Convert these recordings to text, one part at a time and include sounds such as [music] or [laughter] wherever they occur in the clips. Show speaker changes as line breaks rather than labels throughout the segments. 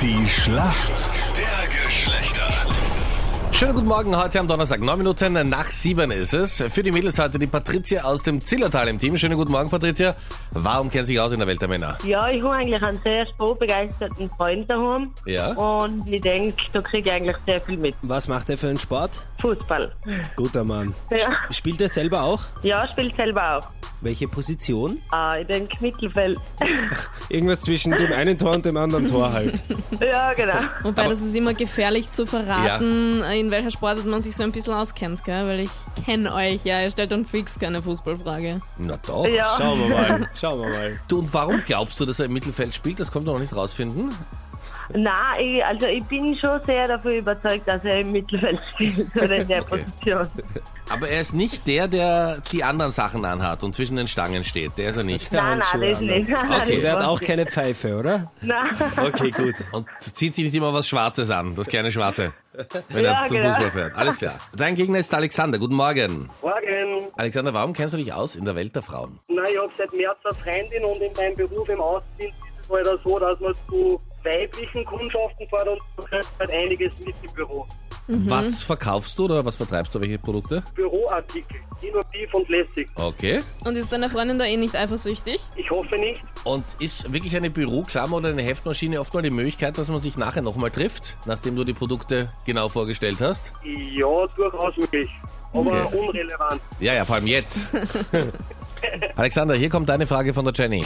Die Schlacht der Geschlechter.
Schönen guten Morgen heute am Donnerstag. Neun Minuten nach sieben ist es. Für die Mädels heute die Patricia aus dem Zillertal im Team. Schönen guten Morgen, Patricia. Warum kennt sich aus in der Welt der Männer?
Ja, ich habe eigentlich einen sehr sportbegeisterten Freund daheim.
Ja.
Und ich denke, da kriege ich eigentlich sehr viel mit.
Was macht er für einen Sport?
Fußball.
Guter Mann.
Ja,
Spielt er selber auch?
ja spielt selber auch.
Welche Position?
Ah, ich denke Mittelfeld.
Irgendwas zwischen dem einen Tor und dem anderen Tor halt.
ja, genau.
Wobei, das ist immer gefährlich zu verraten, in welcher Sportart man sich so ein bisschen auskennt, gell? Weil ich kenne euch, ja. Ihr stellt dann fix keine Fußballfrage.
Na doch.
Ja.
[laughs] Schauen wir mal. Schauen wir mal.
Du, und warum glaubst du, dass er im Mittelfeld spielt? Das kommt doch noch nicht rausfinden.
Nein, ich, also ich bin schon sehr davon überzeugt, dass er im Mittelfeld spielt [laughs] oder in der
Okay.
Position.
Aber er ist nicht der, der die anderen Sachen anhat und zwischen den Stangen steht. Der ist er
[laughs]
nicht.
Der
Nein, nein,
Handschuhe
das
an.
nicht. Nein,
Okay,
das
Der hat
macht
auch
sie.
keine Pfeife, oder?
Nein.
Okay, gut.
Und zieht sich nicht immer was Schwarzes an, das kleine Schwarze, wenn
Ja,
er zum
genau.
Fußball fährt. Alles klar. Dein Gegner ist der Alexander. Guten Morgen.
Morgen.
Alexander, warum kennst du dich aus in der Welt der Frauen?
Na, ich habe seit März eine Freundin und in meinem Beruf im Außendienst ist es leider so, dass man zu weiblichen Kundschaften fährt und man kriegt halt einiges mit im Büro.
Was verkaufst du oder was vertreibst du? Welche Produkte?
Büroartikel, innovativ und lässig.
Okay.
Und ist deine Freundin da eh nicht eifersüchtig?
Ich hoffe nicht.
Und ist wirklich eine Büroklammer oder eine Heftmaschine oft mal die Möglichkeit, dass man sich nachher nochmal trifft, nachdem du die Produkte genau vorgestellt hast?
Ja, durchaus möglich. Aber
Okay.
unrelevant.
Ja, ja, vor allem jetzt. Alexander, hier kommt deine Frage von der Jenny.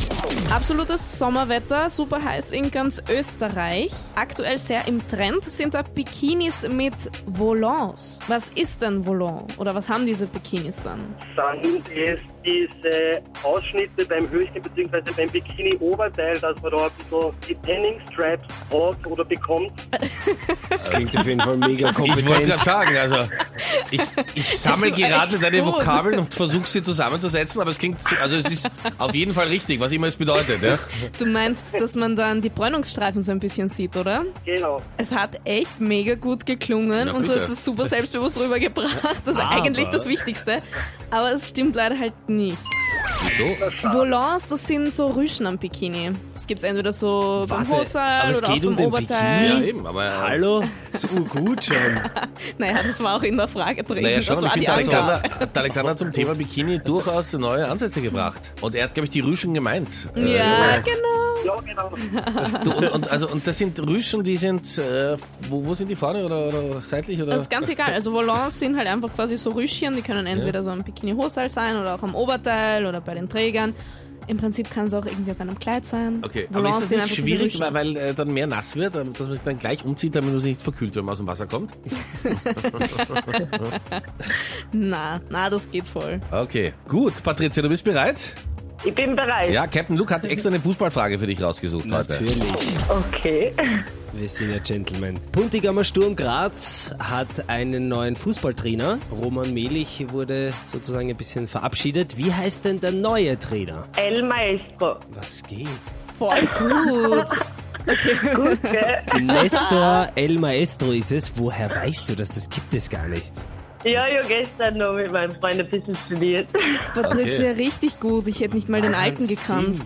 Absolutes Sommerwetter, super heiß in ganz Österreich. Aktuell sehr im Trend sind da Bikinis mit Volants. Was ist denn Volant? Oder was haben diese Bikinis dann?
Sind es diese Ausschnitte beim Höschen bzw. beim Bikini-Oberteil, dass man da ein bisschen die Tanning-Straps hat oder bekommt?
Das klingt auf jeden Fall mega
Ich wollte
kompetent.
gerade sagen, also ich, ich sammle
Das war
gerade
echt
deine
gut.
Vokabeln und versuche sie zusammenzusetzen, aber es klingt, so- also es ist auf jeden Fall richtig, was immer es bedeutet. Ja?
Du meinst, dass man dann die Bräunungsstreifen so ein bisschen sieht, oder?
Genau.
Es hat echt mega gut geklungen
Na
und du
bitte.
hast es
[laughs]
super selbstbewusst rübergebracht. Das ist
Aber-
eigentlich das Wichtigste. Aber es stimmt leider halt nicht.
Wieso?
Volants, das sind so Rüschen am Bikini. Das gibt's entweder so beim
Warte, aber
Hosal
es
oder
geht
auch
um
beim
den
Oberteil.
Ja, eben, aber
Hallo? So gut schon.
Naja, das war auch in der Frage drin.
Naja, schon,
das
ich
war
finde,
die
der
Antwort.
Alexander, [laughs] der Alexander hat zum Thema Bikini durchaus neue Ansätze gebracht. Und er hat, glaube ich, die Rüschen gemeint. Äh,
Ja, genau.
Ja, genau.
Du, und, und, also, und das sind Rüschen, die sind, äh, wo, wo sind die vorne oder, oder seitlich? Oder?
Das ist ganz egal. Also Volants sind halt einfach quasi so Rüschchen, die können entweder so am Bikini-Hosal sein oder auch am Oberteil oder bei den Trägern. Im Prinzip kann es auch irgendwie bei einem Kleid sein.
Okay, aber
Volants
ist das
sind
nicht
einfach diese
schwierig,
Rüschen.
weil, weil äh, dann mehr nass wird, ähm, dass man sich dann gleich umzieht, damit man sich nicht verkühlt, wenn man aus dem Wasser kommt?
Na, na, das geht voll.
Okay, gut. Patricia, du bist bereit?
Ich bin bereit.
Ja, Captain Luke hat extra eine Fußballfrage für dich rausgesucht heute.
Natürlich.
Okay.
Wir sind ja Gentlemen. Puntigammer Sturm Graz hat einen neuen Fußballtrainer. Roman Melich wurde sozusagen ein bisschen verabschiedet. Wie heißt denn der neue Trainer?
El Maestro.
Was geht?
Voll gut.
Nestor El Maestro ist es. Woher weißt du das? Das gibt es gar nicht.
Ja, ich habe gestern noch mit meinem Freund ein bisschen studiert.
Patricia, richtig gut. Ich hätte nicht mal den alten gekannt.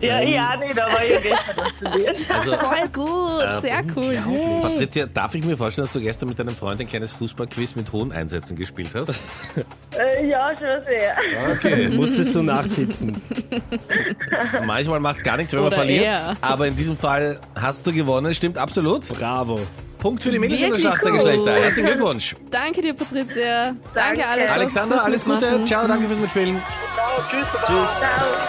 Ja, ich auch nicht, aber ich habe gestern noch studiert.
Also,
Voll gut, Äh, sehr cool. Yay.
Patricia, darf ich mir vorstellen, dass du gestern mit deinem Freund ein kleines Fußballquiz mit hohen Einsätzen gespielt hast?
Äh, ja, schon sehr.
Okay.
Musstest du nachsitzen?
Manchmal macht's gar nichts, wenn man
Oder
verliert.
er.
Aber in diesem Fall hast du gewonnen. Stimmt absolut.
Bravo.
Punkt für die Mädels in der
Wirklich
Schlacht der
gut.
Geschlechter. Herzlichen Glückwunsch.
Danke dir, Patricia. Danke,
Danke.
Alex.
Alexander,
Fürs
alles Gute.
Mitmachen.
Ciao, danke fürs Mitspielen.
Ciao, tschüss. Baba.
Ciao.